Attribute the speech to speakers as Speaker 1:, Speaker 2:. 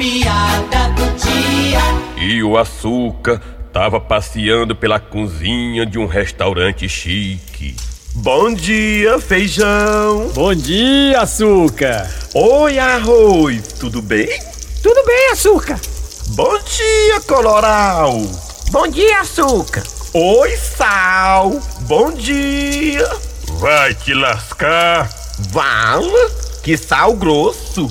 Speaker 1: piada do dia.
Speaker 2: E o açúcar tava passeando pela cozinha de um restaurante chique. Bom dia, feijão!
Speaker 3: Bom dia, açúcar!
Speaker 2: Oi, arroz! Tudo bem?
Speaker 4: Tudo bem, açúcar?
Speaker 2: Bom dia, coloral!
Speaker 4: Bom dia, açúcar.
Speaker 2: Oi, sal! Bom dia! Vai te lascar! Vala! Que sal grosso!